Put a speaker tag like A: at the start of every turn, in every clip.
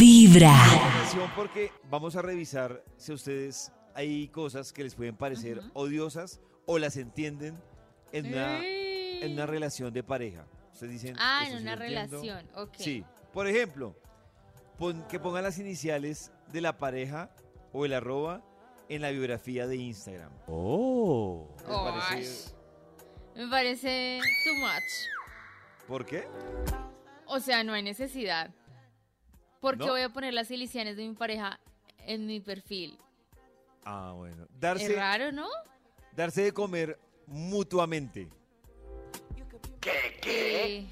A: Vibra.
B: Atención, Porque vamos a revisar si a ustedes hay cosas que les pueden parecer
C: Ujú.
B: odiosas o las entienden en, una, en una relación de pareja. Ustedes dicen.
C: Ah,
B: "Eso
C: en
B: sí
C: una
B: lo entiendo".
C: relación, ok.
B: Sí. Por ejemplo, pon- que pongan las iniciales de la pareja o el arroba en la biografía de Instagram.
D: Oh.
B: ¿Les parece-
C: Ay, Me parece too much.
B: ¿Por qué?
C: O sea, no hay necesidad. Porque
B: ¿No?
C: voy a poner las ilicianes de mi pareja en mi perfil.
B: Ah, bueno. Darse,
C: Es raro, ¿no?
B: darse de comer mutuamente.
C: Eh,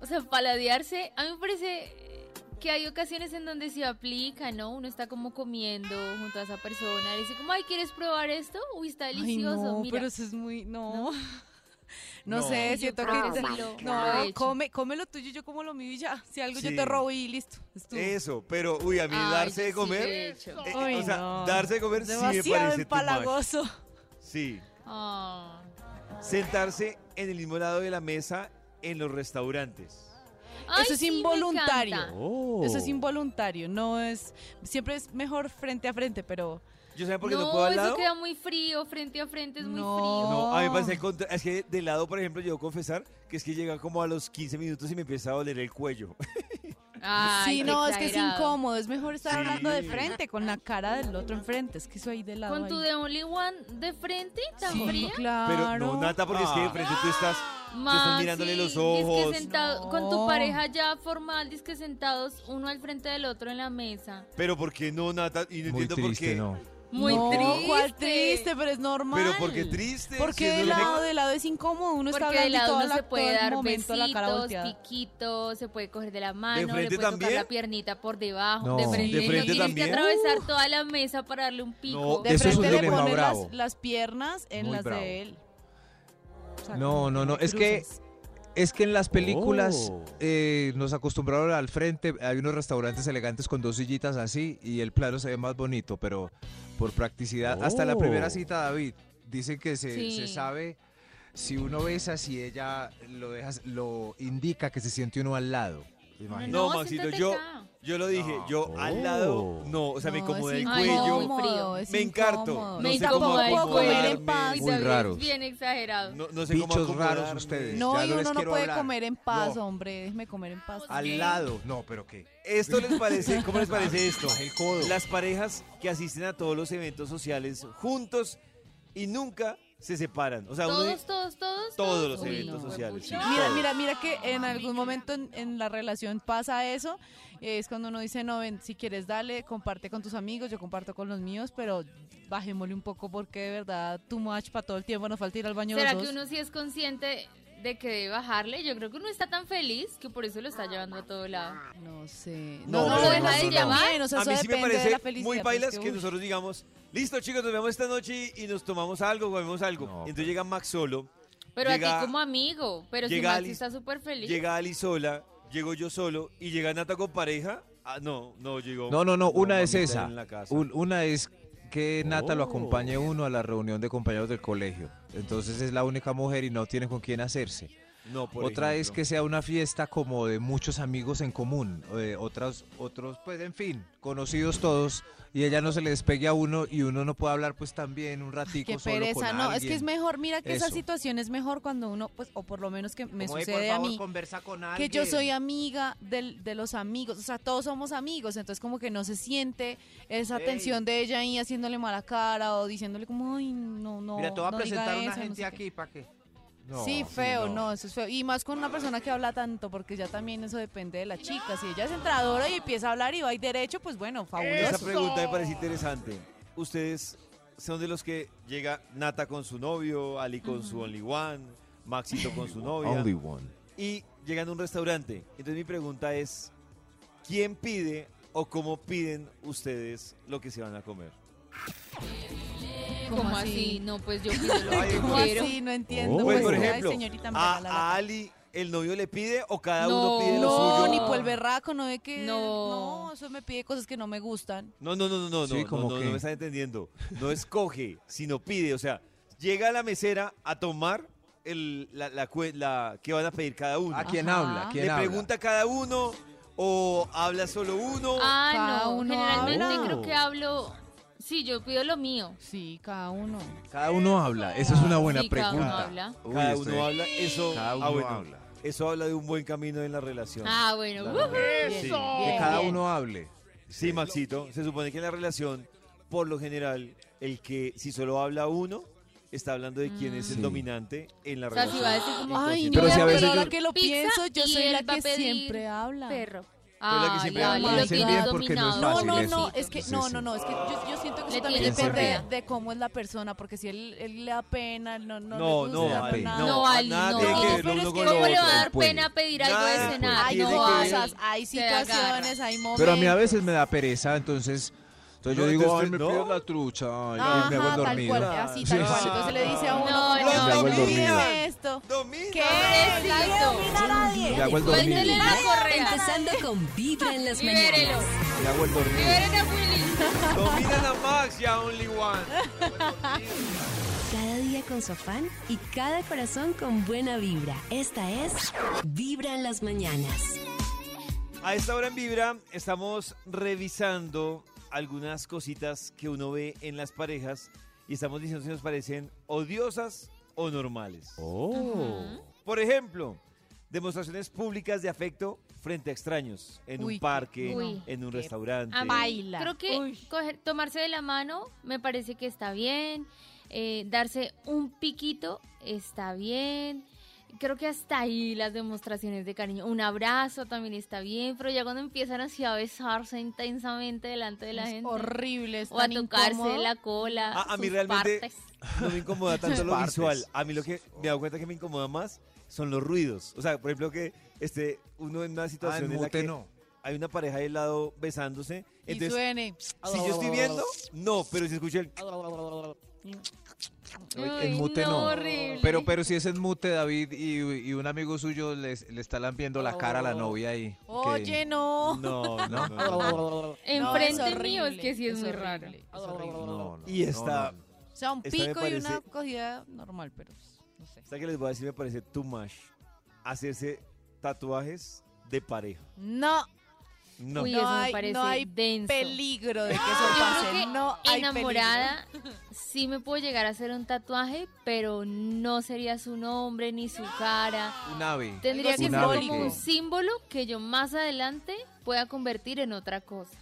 C: o sea, paladearse, a mí me parece que hay ocasiones en donde se aplica, ¿no? Uno está como comiendo junto a esa persona, le dice como, ay, ¿quieres probar esto? Uy, está
E: Ay,
C: delicioso,
E: no,
C: mira.
E: pero eso es muy. No. No,
B: No.
E: sé,
C: Yo
E: siento que.
C: creo
E: ahorita-
C: sí lo- lo he
E: no,
C: hecho.
E: come, come lo tuyo, yo como lo mío y ya. Si algo yo
B: Sí.
E: te robo y listo. estuvo.
B: Eso, pero uy, a mí
C: Ay,
B: darse
C: yo
B: de
C: sí
B: comer.
C: lo he hecho.
B: Eh,
E: Ay,
B: o sea,
E: no.
B: darse de comer sí me
E: Demasiado
B: parece too much.
E: empalagoso.
B: Sí.
C: Ah.
B: Sentarse en el mismo lado de la mesa en los restaurantes.
C: Ay,
E: Eso es
C: sí, me
E: involuntario.
C: encanta.
D: Oh.
E: Eso es involuntario, no es. Siempre es mejor frente a frente, pero.
B: ¿Yo sabía por qué no, puedo
C: No,
B: al
C: eso
B: lado?
C: queda muy frío, frente a frente es muy
E: No.
C: frío.
B: No, a mí me parece
E: Oh.
B: el contra- Es que de lado, por ejemplo, yo debo confesar que es que llega como a los 15 minutos y me empieza a doler el cuello.
C: Ay,
E: sí,
C: qué
E: no, es que es
C: exagerado.
E: incómodo. Es mejor estar
B: Sí.
E: hablando de frente, con la cara del otro enfrente. Es que eso ahí de lado.
C: Con tu
E: ahí.
C: The Only One de frente, tan
E: Sí,
C: fría.
E: Claro.
B: Pero no, Nata, porque es que de frente tú estás. están mirándole los
C: dizque
B: ojos.
C: sentado- Con tu
E: No.
C: pareja ya formal, que sentados uno al frente del otro en la mesa.
B: Pero ¿por qué no, Nata? Y no
D: Muy
B: entiendo por
D: triste,
B: qué.
D: no.
C: Muy
E: no,
C: triste.
E: ¿cuál triste? Pero es normal.
B: Pero ¿por qué triste? Si
E: Porque
B: es
E: de
B: lo que-
E: lado, de lado es incómodo. Uno está
C: Porque
E: hablando
C: de
E: y
C: lado
E: todo
C: uno
E: la-
C: se puede
E: todo el
C: dar
E: momento la cara
C: besitos,
E: volteada.
C: piquitos, se puede coger de la mano, le
B: frente
C: puede
B: también?
C: tocar la piernita por debajo,
D: No,
C: de
D: sí.
C: frente,
D: ¿De frente
C: no tienes
B: también?
C: que atravesar toda la mesa para darle un pico.
D: No,
E: De
D: Eso es un
E: frente le
D: dilema
E: pone
D: bravo.
E: las, las piernas en
D: Muy
E: las
D: bravo.
E: de él. O sea,
F: No,
E: como
F: no, no,
E: te
F: es que-
E: cruzas.
F: Es que en las películas
D: Oh.
F: eh, nos acostumbraron al frente, hay unos restaurantes elegantes con dos sillitas así y el plano se ve más bonito, pero por practicidad, hasta la primera
D: Oh.
F: cita, David, dicen que se,
C: Sí.
F: se sabe si uno besa, si ella lo deja, lo indica que se siente uno al lado. Imagínate.
B: No, Maxito,
C: siéntate
B: yo-
C: acá.
B: Yo lo dije, yo
D: Oh.
B: al lado. No, o sea, me
E: No,
B: incomoda
E: es
B: el
C: Ay,
B: cuello.
C: no.
E: incómodo, es
B: me encarto.
E: incómodo.
B: No
C: Me
B: sé cómo
C: incomoda el
E: tampoco comer en
B: acomodarme.
E: paz.
C: Ay,
F: Muy
C: David,
F: raros.
C: Bien exagerado.
B: No, no sé cómo
F: Bichos raros
B: acomodarme.
F: ustedes.
E: No,
F: Ya
E: y
F: no les
E: uno no
F: quiero
E: puede
F: hablar.
E: comer en paz,
F: No.
E: hombre. Déjeme comer en paz.
C: ¿qué?
F: Al lado. No, pero ¿qué?
B: ¿Esto les parece? ¿Cómo les parece esto?
F: Baje el codo.
B: Las parejas que asisten a todos los eventos sociales juntos y nunca se separan. O sea, uno
C: Todos,
B: de-
C: todos, todos.
B: todos los
C: Uy,
B: eventos
C: no,
B: sociales. sí,
C: huepucha.
E: Mira,
B: todos.
E: mira, mira que en algún momento en, en la relación pasa eso. eh, Es cuando uno dice, no, ven, si quieres dale, comparte con tus amigos, yo comparto con los míos, pero bajémosle un poco porque de verdad, too much para todo el tiempo, nos falta ir al baño
C: ¿Será
E: los
C: que
E: dos.
C: uno sí es consciente de que debe bajarle? Yo creo que uno está tan feliz que por eso lo está llevando a todo lado.
E: No sé.
B: No, no,
E: lo
B: no,
E: deja
B: no,
E: de
B: no.
E: llamar, o sea,
B: a
E: eso
B: mí sí me
E: depende de
B: parece
E: la felicidad, Pues
B: muy
E: pero
B: bailas
E: es
B: que,
E: uy.
B: nosotros digamos, listo chicos, nos vemos esta noche y nos tomamos algo, comemos algo.
D: No,
B: Entonces
F: pues.
D: pero-
B: llega Max solo,
C: Pero a
B: Llega-
C: ti como amigo. Pero si
B: llega
C: Maxi
B: Alice-
C: está súper feliz.
B: llega Ali sola, llego yo solo y llega Nata con pareja. Ah, no, no, llegó.
F: No, no, no, una es
B: mamita
F: esa.
B: en la casa.
F: Un- una es que Nata lo
D: Oh.
F: acompañe uno a la reunión de compañeros del colegio. Entonces es la única mujer y no tiene con quién hacerse.
B: No, por
F: otra es
B: ejemplo.
F: que sea una fiesta como de muchos amigos en común, o de otras, otros, pues en fin, conocidos todos, y ella no se le despegue a uno y uno no puede hablar pues también un ratico
E: Qué
F: solo con
E: pereza, no, es que
F: alguien.
E: es mejor, mira que esa
F: Eso.
E: situación es mejor cuando uno, pues, o por lo menos que me
F: Como, "Ey, por
E: sucede a
F: favor,
E: mí,
F: conversa con
E: que
F: alguien".
E: yo soy amiga del- de los amigos, o sea, todos somos amigos, entonces como que no se siente esa
F: Ey.
E: tensión de ella ahí haciéndole mala cara o diciéndole como, ay, no, no,
F: Mira, te voy a
E: no diga
F: presentar una
E: eso", no
F: gente
E: sé qué.
F: aquí para que...
E: sí, feo, no. eso es feo. Y más con una persona que habla tanto, porque ya también eso depende de la chica. Si ella es entradora y empieza a hablar y va y derecho, pues bueno,
B: Esa
E: fabuloso.
B: pregunta me parece interesante. ¿Ustedes son de los que llega Nata con su novio, Ali con su Only One, Maxito con su novia
D: Only one.
B: y llegan a un restaurante? Entonces mi pregunta es, ¿quién pide o cómo piden ustedes lo que se van a comer?
C: ¿Cómo así? No, pues yo pido lo
B: Ay,
C: que
E: ¿Cómo
C: quiero.
E: así? No entiendo.
D: Oh.
B: Pues
D: Pues,
B: por
E: ay,
B: ejemplo,
E: señorita, me
B: a,
E: regala la
B: a
E: cara.
B: Ali el novio le pide o cada
C: No.
B: uno pide lo
E: No,
B: suyo.
E: ni por el berraco, no de que.
C: No.
E: No. eso me pide cosas que no me gustan.
B: No, no, no, no, no,
F: Sí,
B: no,
F: como
B: no, no,
F: que-
B: no me están entendiendo. No escoge, sino pide. O sea, llega a la mesera a tomar el, la, la, cue- la- que van a pedir cada uno.
F: ¿A quién
E: Ajá.
F: habla? ¿Quién
B: Le
F: habla?
B: pregunta a cada uno, ¿O habla solo uno?
C: Ah,
E: Cada
C: no.
E: uno
C: Generalmente
B: habla.
C: creo que hablo. Sí, yo pido lo mío.
E: Sí, cada uno.
F: Cada uno habla. Esa es una buena
C: Sí, cada uno
F: pregunta.
C: habla.
F: Uy,
B: Cada
F: estoy-
B: uno habla. Eso,
F: Cada
B: ah,
F: uno
B: bueno,
F: habla.
B: eso habla de un buen camino en la relación.
C: Ah, bueno.
B: La
C: ujú.
B: verdad.
E: Bien,
B: Sí.
E: bien.
F: Que cada uno hable.
B: Sí, Maxito, se supone que en la relación, por lo general, el que si solo habla uno, está hablando de quién es el
F: Mm. Sí.
B: dominante en la
C: O sea, si
B: relación.
C: va a decir como,
B: Entonces,
E: Ay, no,
F: Pero
E: pero,
F: si a veces
E: ahora
F: yo-
E: que lo
C: Pizza
E: pienso, yo
C: y
E: soy
C: él
E: la
C: va a
E: que
C: pedir
E: siempre habla.
C: Perro.
B: Pero la que
C: Ah,
B: siempre
C: dale,
E: habla.
C: lo
E: Piensen
C: tienes
F: bien porque no es
C: dominado.
E: No,
F: fácil
E: no,
F: eso.
E: no, es que
F: Sí,
E: no,
F: sí.
E: no, no, es que yo, yo siento
C: Le
E: que eso también
F: tiene
E: depende
C: perrea.
E: de cómo es la persona, porque si él, él le da pena, no, no,
B: No,
E: le
B: no,
E: gusta,
F: Ale,
E: nada.
B: no,
C: No, Ali,
B: nada
C: no.
B: tiene que ver
E: Pero
B: lo
E: es
B: uno
E: que
B: con lo
C: ¿Cómo le va a
B: otro.
C: dar
F: puede.
C: pena pedir algo
B: Nada
C: de
B: puede.
C: cenar?
E: Hay
B: Tiene que
C: no,
B: ver-
E: cosas, hay
C: Se agarra.
E: situaciones, hay momentos.
F: Pero a mí a veces me da pereza, entonces, entonces yo
B: No,
F: digo,
B: entonces
F: ay, me
B: no.
F: pido la trucha, ay, me hago el
E: Ajá, tal
F: dormido.
E: cual, así tal
F: Sí,
E: cual.
F: sí.
E: Entonces le dice a uno,
C: No,
E: como,
C: no,
F: Me hago el
E: "Pídeme
F: dormido".
E: esto.
B: Domina.
E: ¿Qué?
C: Pobrecito.
E: Nadie domina a nadie. Pues,
F: Me hago el dormido.
C: Suéltele la correa.
A: Empezando con Vibra en las
C: Libérelo.
A: mañanas.
F: Me hago el dormido.
C: Liberen a Willy.
B: Dominan a Max y a Only One.
A: Cada día con su afán y cada corazón con buena vibra. Esta es Vibra en las mañanas.
B: A esta hora en Vibra estamos revisando algunas cositas que uno ve en las parejas y estamos diciendo si nos parecen odiosas o normales.
C: Oh. Ujú.
B: Por ejemplo, demostraciones públicas de afecto frente a extraños en
E: Uy,
B: un parque,
C: uy,
B: en un
E: qué
B: restaurante.
C: A mí,
E: Baila.
C: creo que
E: Uy.
C: coger- tomarse de la mano me parece que está bien. eh, darse un piquito está bien. Creo que hasta ahí las demostraciones de cariño. Un abrazo también está bien, pero ya cuando empiezan así a besarse intensamente delante de la
E: Es
C: gente.
E: horrible, es
C: o a
E: tan
C: tocarse
E: incómodo.
C: la cola.
B: Ah, A- a mí
C: sus
B: realmente-
C: partes.
B: No me incomoda tanto
F: Sus
B: lo
F: partes.
B: visual. A mí lo que me da cuenta que me incomoda más son los ruidos. O sea, por ejemplo, que este, uno en una
F: Ah,
B: situación
F: en
B: en la
F: mute
B: que
F: no.
B: hay una pareja de lado besándose.
E: Y
B: Entonces,
E: suene.
B: Si yo estoy viendo, no, pero si escucho el.
C: Ay,
F: En mute
C: no,
F: no.
C: horrible.
F: Pero, pero si es en mute, David, y, y un amigo suyo les- le está lambiendo la cara a la novia ahí. que-
E: Oh. Oye, no.
B: No, no, no, no.
E: No,
C: Enfrente
E: es
C: mío es
E: horrible,
C: que sí es, muy
E: horrible,
C: raro.
E: es horrible.
F: No, no,
B: Y
F: no,
B: esta-
F: no.
E: O sea, un
B: Esta me
E: pico y una
B: parece-
E: cogida normal, pero no sé.
B: ¿Sabes qué les voy a decir? Me parece too much. Hacerse tatuajes de pareja.
E: No,
B: No.
C: Uy,
E: No
C: eso me
E: hay-
C: parece
E: no hay
C: denso.
E: peligro de que eso
C: Yo creo
E: pase.
C: que
E: No hay
C: enamorada sí me puedo llegar a hacer un tatuaje, pero no sería su nombre ni su cara.
F: Un ave.
C: Tendría que ser
F: simbólico.
C: como un símbolo que yo más adelante pueda convertir en otra cosa.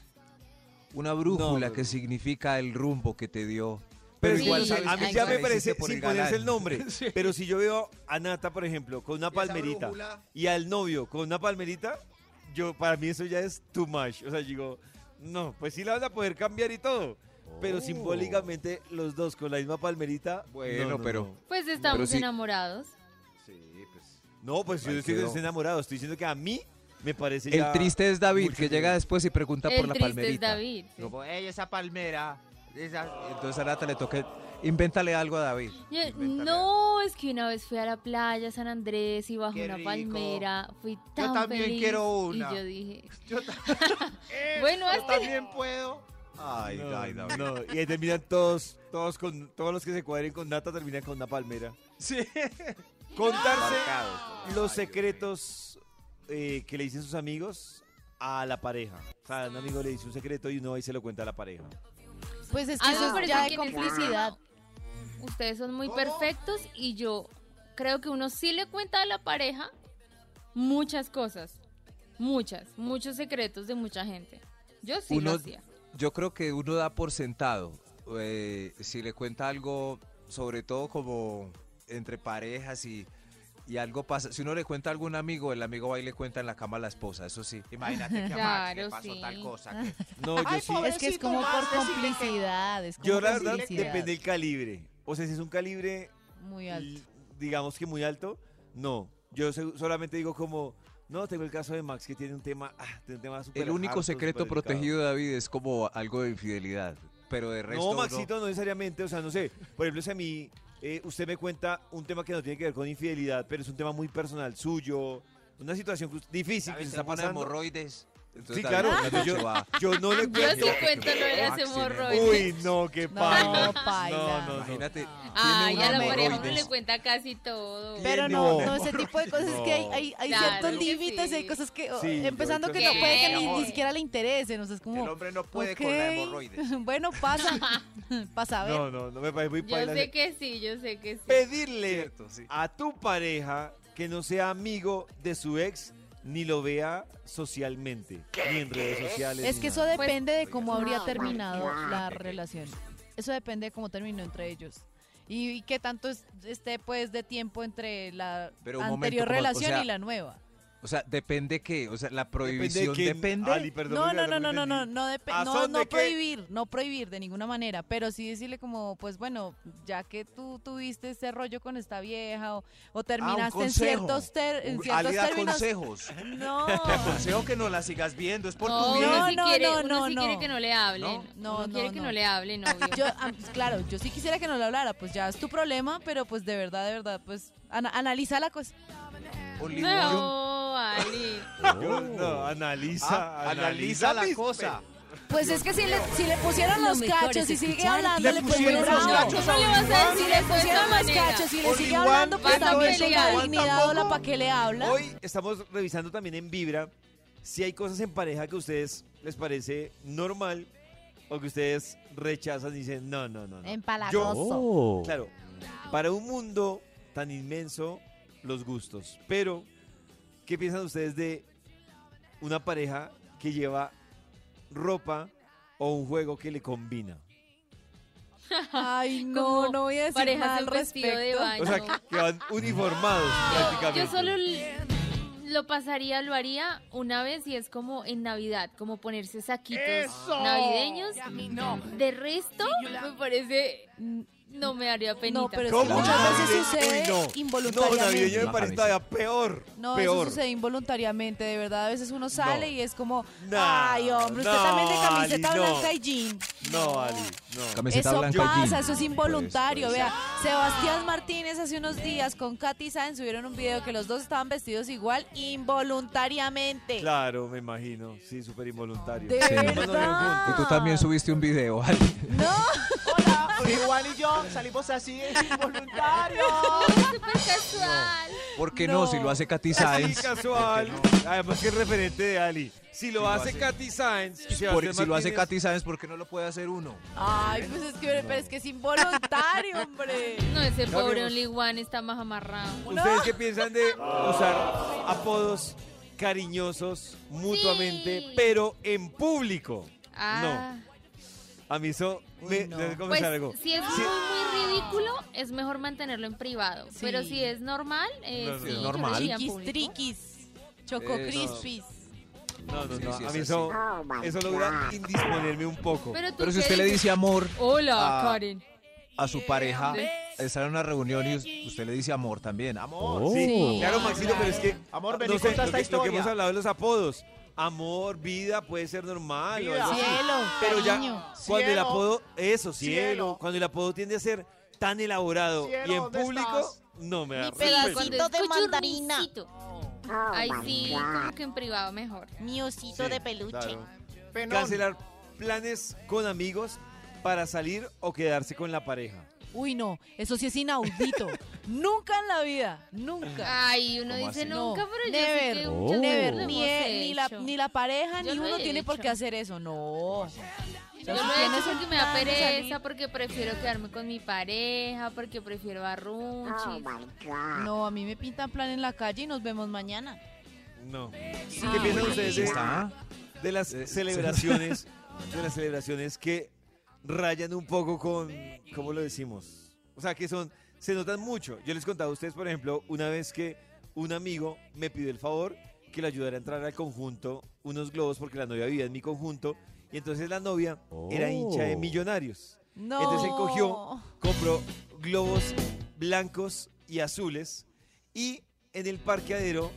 F: Una brújula
B: No.
F: que significa el rumbo que te dio.
B: Pero
C: Sí,
B: igual,
F: sabes
B: a mí
F: que
B: ya
F: la
B: me
F: hiciste
B: parece,
F: por
B: sin
F: galán.
B: ponerse el nombre,
F: Sí.
B: pero si yo veo a Nata, por ejemplo, con una palmerita
F: brújula.
B: y al novio con una palmerita, yo para mí eso ya es too much. O sea, digo, no, pues sí la van a poder cambiar y todo, pero
F: Oh.
B: simbólicamente los dos con la misma palmerita. no,
F: Bueno,
B: no,
F: pero-
B: no.
C: Pues estamos
F: sí-
C: enamorados.
F: Sí, pues.
B: No, pues yo
F: Ahí
B: no estoy
F: quedó.
B: enamorado, estoy diciendo que a mí me parece
F: El
B: ya-
F: triste es David,
B: mucho
F: que
B: que-
F: llega después y pregunta por
C: El
F: la
C: triste es
F: palmerita.
C: David. sí.
F: Como, "Ey, esa palmera. esa-". Entonces a Nata le toca. Invéntale algo a David.
C: Yo-
F: Invéntale algo.
C: no, es que una vez fui a la playa San Andrés y bajo
F: Qué
C: una
F: rico.
C: palmera, fui tan
F: también
C: feliz,
F: quiero una.
C: Y yo dije,
F: Yo
C: bueno, este
F: también puedo. Ay,
B: No,
F: ay, David.
B: no, y ahí terminan todos, todos con todos los que se cuadren con Nata terminan con una palmera.
F: Sí.
B: Contarse
F: Marcados.
B: los
F: Ay, Dios
B: secretos eh, que le dicen sus amigos a la pareja. O sea, un amigo le dice un secreto y uno ahí se lo cuenta a la pareja.
E: peligro. Pues es que
C: A mí me
E: eso es
C: parece
E: ya
C: que
E: de
C: en el
E: complicidad.
C: físico, Ustedes son muy perfectos y yo creo que uno sí le cuenta a la pareja muchas cosas. Muchas, muchos secretos de mucha gente. Yo sí
F: Uno-
C: lo hacía.
F: Yo creo que uno da por sentado. eh, si le cuenta algo, sobre todo como entre parejas y, y algo pasa. Si uno le cuenta a algún amigo, el amigo va y le cuenta en la cama a la esposa, eso sí. Imagínate que
C: Claro, sí.
B: No, yo sí.
E: Es que es como por complicidad. Es como
B: Yo la verdad
E: complicidad.
B: depende del calibre. O sea, si es un calibre,
E: Muy alto.
B: digamos que muy alto, no. Yo se- solamente digo como, no, tengo el caso de Max que tiene un tema, ah, tiene un tema súper
F: El único
B: harto,
F: secreto
B: súper delicado.
F: protegido de David es como algo de infidelidad. Pero de resto.
B: No,
F: uno-
B: Maxito, no necesariamente. O sea, no sé. Por ejemplo, si a mí eh, usted me cuenta un tema que no tiene que ver con infidelidad, pero es un tema muy personal suyo, una situación que us- difícil que
F: ¿Sabes?
B: se está
F: Tengo unas
B: pasando.
F: hemorroides. Entonces,
B: Sí,
F: David
B: claro,
F: Manucho
B: yo-
F: va-
B: Yo no le
C: Yo sí
B: cuento.
C: cuento lo del hemorroides.
B: Uy, no, qué paila.
E: paila.
B: No, no, no.
F: Imagínate.
C: Ah,
F: tiene
C: ya
F: un
C: la pareja uno
F: hemorroides.
C: le cuenta casi todo.
B: Tiene
E: Pero no,
B: un
E: no, ese tipo de cosas es que hay, hay, hay
C: Claro
E: ciertos
C: que
E: límites,
C: sí.
E: hay cosas que, o-
B: Sí, yo
E: empezando que
B: creo
E: no
C: que
E: puede que
C: sí.
E: ni, ni siquiera le interese, no sé, es como...
F: El hombre no puede con
E: ok,
F: la hemorroides.
E: Bueno, pasa, pasa a ver.
B: No, no, no me parece muy
C: Yo
B: paila.
C: sé que sí, yo sé que sí.
B: Pedirle
F: Cierto, sí.
B: a tu pareja que no sea amigo de su ex ni lo vea socialmente, ni en redes sociales.
E: Es
B: ni
E: que eso
C: Pues,
B: nada.
E: depende de
F: Oiga.
E: cómo habría
A: No,
E: terminado
F: marica.
E: la relación. Eso depende de cómo terminó entre ellos. Y, y qué tanto es- esté pues de tiempo entre la
F: Pero un momento,
E: anterior
F: ¿cómo- o
E: relación
F: sea,
E: y la nueva.
F: O sea, depende que, o sea, la
B: Depende
F: prohibición
B: de quién-
F: depende.
B: Ali, perdón,
E: No,
B: Olga,
E: no, no, no, no, no,
B: entendí.
E: no, depe-
B: ¿A
E: no,
B: son
E: no
B: de qué?
E: prohibir, no prohibir de ninguna manera, pero sí decirle como, pues bueno, ya que tú tuviste este rollo con esta vieja
B: Ah,
E: o, o terminaste en
F: consejo.
E: ciertos, ter- en
F: Un-
E: ciertos
F: Ali da
E: términos.
F: consejos.
E: No,
F: Consejo que no la sigas viendo, es por
C: No,
F: tu
E: bien.
C: uno
F: bien.
C: sí
E: No, no,
C: quiere,
E: no,
C: uno sí
E: no,
C: quiere
E: no.
C: que no le hablen.
E: No,
C: uno
E: no,
C: quiere que
E: no.
C: no le hablen, obvio.
E: yo, ah, pues, claro, yo sí quisiera que no lo hablara, pues ya es tu problema, pero pues de verdad, de verdad, pues ana- analiza la cosa.
F: Un limón.
C: No, Ali.
B: Yo- no, analiza,
F: Ah, analiza la
B: mis-
F: cosa.
E: Pues es que si le, si le pusieron
A: Lo
E: los
A: mejor
E: cachos
A: es
E: y sigue
A: escuchar
E: hablando,
B: Le
E: le pusieron
B: pusieron los
E: los
C: No,
B: cachos
E: cachos.
C: ¿cómo le vas a
E: Si
C: decir
E: le
C: eso de esa
E: pusieron los
C: manera?
E: cachos y le
B: Only
E: sigue
B: one
E: hablando, pues
C: vas a
E: también
C: pelear.
E: tenga dignidad o la
B: Tampoco.
E: pa' que le habla.
B: Hoy estamos revisando también en Vibra si hay cosas en pareja que a ustedes les parece normal o que ustedes rechazan y dicen, no, no, no. no.
E: Empalagoso.
B: Claro, para un mundo tan inmenso, los gustos. Pero, ¿qué piensan ustedes de una pareja que lleva ropa o un juego que le combina?
E: Ay, no,
C: Como
E: no voy a decir nada
C: Parejas
E: al
C: un vestido de
E: respecto.
B: O
C: baño.
B: sea, que van uniformados prácticamente.
C: Yo solo l- lo pasaría, lo haría una vez y es como en Navidad, como ponerse saquitos navideños. De resto, me parece, mm, no me haría penita.
E: No, pero es
F: Pues
E: que
B: ¿Cómo?
E: muchas
B: Navideño,
E: veces sucede
B: uy, no. No, navideño
E: involuntariamente.
B: me parece todavía peor.
E: No, eso
B: peor.
E: sucede involuntariamente, de verdad. A veces uno sale
B: No.
E: y es como,
B: No,
E: ay, hombre, usted
B: no,
E: también de camiseta
B: Ali, no.
E: blanca y jean.
B: No, Ali, no.
F: Camiseta
E: eso
F: blanca y
E: pasa,
F: jean.
E: eso
B: pues,
E: es involuntario. Vea, Sebastián Martínez hace unos días con Katy Sainz subieron un video que los dos estaban vestidos igual involuntariamente.
B: Claro, me imagino. Sí, súper involuntario.
E: De
B: Sí.
E: verdad.
F: Y tú también
E: Ah.
F: subiste un video, Ali.
E: No,
D: Hola, porque Juan y yo salimos así, es involuntario.
C: súper casual.
F: ¿Por qué no?
E: No.
F: Si lo hace Katy
B: Así
F: Sainz. Este
B: casual. Además que es referente de Ali. Si lo
F: lo
B: hace
F: hace-
B: Katy Sainz, y
F: Por-
B: Sebastián
F: si lo hace
B: Martínez,
F: Katy Sainz, ¿por qué no lo puede hacer uno?
E: ay, pues es que, pero es que es involuntario, hombre.
C: No, ese
B: No,
C: pobre
B: amigos.
C: Only One está más amarrado.
B: ¿Ustedes qué piensan de usar apodos cariñosos mutuamente,
C: Sí.
B: pero en público?
C: Ah.
B: No. A mí eso me,
E: no.
B: debe
C: Pues,
B: comenzar algo.
C: si es
B: Sí.
C: muy, muy ridículo, es mejor mantenerlo en privado.
E: Sí.
C: Pero si es normal, eh,
B: No, no,
C: sí, yo
F: normal.
C: lo diría en
E: Triquis,
C: público.
E: triquis, choco
B: Eh,
F: Eso.
E: crispis.
B: No, no,
F: Sí,
B: no.
F: sí,
B: a
F: es
B: mí
F: así.
B: eso, eso logra indisponerme un poco.
C: Pero, tú
F: Pero si
C: qué
F: usted le
C: dices,
F: dice amor
C: Hola,
F: Ah.
C: Karen.
F: a su pareja, estar en una reunión y us- usted le dice amor también. Amor.
B: Sí,
C: Sí.
B: claro, Maxito, pero es que.
D: Amor, ven
B: no
D: y
B: sé,
D: cuenta
B: lo,
D: esta
B: que, lo que
D: historia.
B: hemos hablado de los apodos. Amor, vida, puede ser normal. o
D: Vida.
B: algo así.
E: Cielo,
B: Ah, Pero ya,
E: cariño.
B: cuando el
D: Cielo.
B: apodo, eso, cielo,
D: Cielo.
B: cuando el apodo tiende a ser tan elaborado
D: Cielo,
B: y en
D: ¿dónde
B: público,
D: estás?
B: no me da
E: Mi
B: respeto.
E: pedacito
C: Cuando
E: Pedacito de
C: escucho un
E: mandarina.
C: risito. Ay, sí, como que en privado mejor.
E: Mi osito
B: Sí,
E: de peluche.
B: claro.
D: Penón.
B: Cancelar planes con amigos para salir o quedarse con la pareja.
E: Uy, no, eso sí es inaudito. nunca en la vida, nunca.
C: Ay, uno
F: ¿Cómo
C: dice
F: así?
C: nunca, pero
E: never,
C: yo sé
E: oh.
C: que muchas veces
E: never.
C: lo
E: Ni, e,
C: hemos
E: ni la,
C: hecho.
E: ni la pareja
C: Yo
E: ni
C: lo
E: uno
C: he
E: tiene por qué
C: hecho.
E: hacer eso, no. O sea,
C: Yo
E: si
C: lo he
E: tienes
C: hecho porque
E: un
C: me da
E: plan de salir-
C: pereza, porque prefiero quedarme con mi pareja, porque prefiero a Runchi.
E: No, a mí me pintan plan en la calle y nos vemos mañana.
B: No. ¿Qué
E: Ah,
B: piensan
E: bueno,
B: ustedes
F: Sí,
B: de,
F: está.
B: de las
F: Eh,
B: celebraciones? De las celebraciones que rayan un poco con, ¿cómo lo decimos? O sea, que son, se notan mucho. Yo les contaba a ustedes, por ejemplo, una vez que un amigo me pidió el favor que le ayudara a entrar al conjunto unos globos porque la novia vivía en mi conjunto y entonces la novia era hincha de millonarios.
E: No.
B: Entonces él cogió- compró globos blancos y azules y en el parqueadero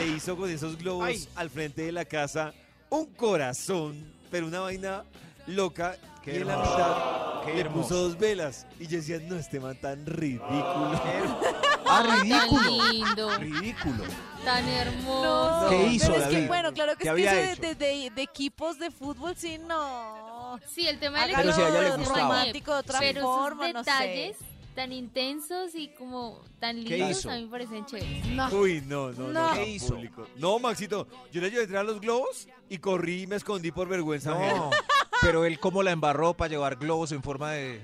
B: le hizo con esos globos
D: Ay.
B: al frente de la casa un corazón, pero una vaina loca
F: Qué
B: y en la
F: hermoso.
B: mitad
F: Qué
B: le
F: hermoso.
B: puso dos velas y yo decía, no, este man tan ridículo.
F: Ah,
C: Ay, tan
F: ridículo.
C: lindo.
F: Ridículo.
C: tan hermoso.
F: ¿Qué hizo,
E: pero es que,
F: David?
E: bueno, claro que
F: ¿Qué
E: es que
F: había
E: eso
F: hecho?
E: de, de- de- de equipos de fútbol, sí, no.
C: Sí, el tema del
F: Pero si a ella le
E: Hágalo
F: gustaba.
E: romántico de otra
C: pero esos
E: forma, no sé.
C: detalles tan intensos y como tan
F: ¿Qué
C: lindos
F: hizo?
C: a mí me parecen chéveres.
B: Uy, no, no, no.
E: No.
B: tan
F: ¿Qué hizo?
B: público. No, Maxito, yo le llevé a entrar a los globos y corrí y me escondí por vergüenza. ajena.
F: No, pero él cómo la embarró para llevar globos en forma de...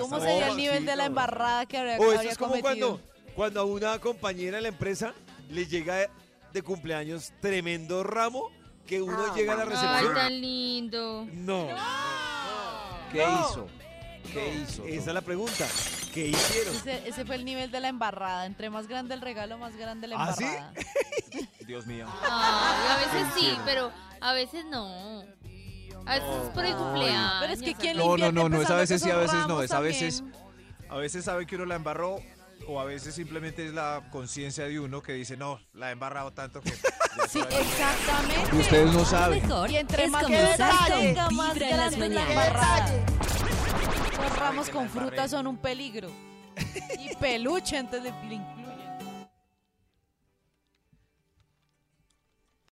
E: ¿Cómo
B: hasta
E: sería
B: ahora,
E: el nivel de la embarrada que habría,
B: O eso
E: habría
B: es como
E: cometido?
B: cuando, cuando a una compañera de la empresa le llega de cumpleaños tremendo ramo que uno llega a la
C: Ay,
B: recepción.
C: tan lindo.
B: No,
F: ¿Qué hizo? ¿Qué hizo?
B: esa es la pregunta. ¿Qué hicieron?
E: Ese, ese fue el nivel de la embarrada. Entre más grande el regalo, más grande la
B: ¿Ah, sí?
E: embarrada.
F: Dios mío.
C: Ay, a veces sí, pero a veces no. A veces es por el
A: Ah,
C: cumpleaños.
E: Pero es que quién
F: No,
E: le
F: no,
E: invierte
F: no, no, es a
E: empezando
F: veces
E: con
F: sí, a
E: esos
F: veces no,
E: ramos
F: es a veces-
E: también?
F: A veces sabe que uno la embarró o a veces simplemente es la conciencia de uno que dice, no, la he embarrado tanto que...
E: Sí, exactamente.
F: Y ustedes no
A: Lo
F: saben.
A: mejor
E: Y entre
A: es
E: más
A: comenzar
E: detalle,
A: con
E: más
A: Vibra en las
E: grande la
A: mañanas.
E: embarrada. Los ramos
F: que
E: con
F: la embarré.
E: frutas son un peligro. Y peluche antes de incluso.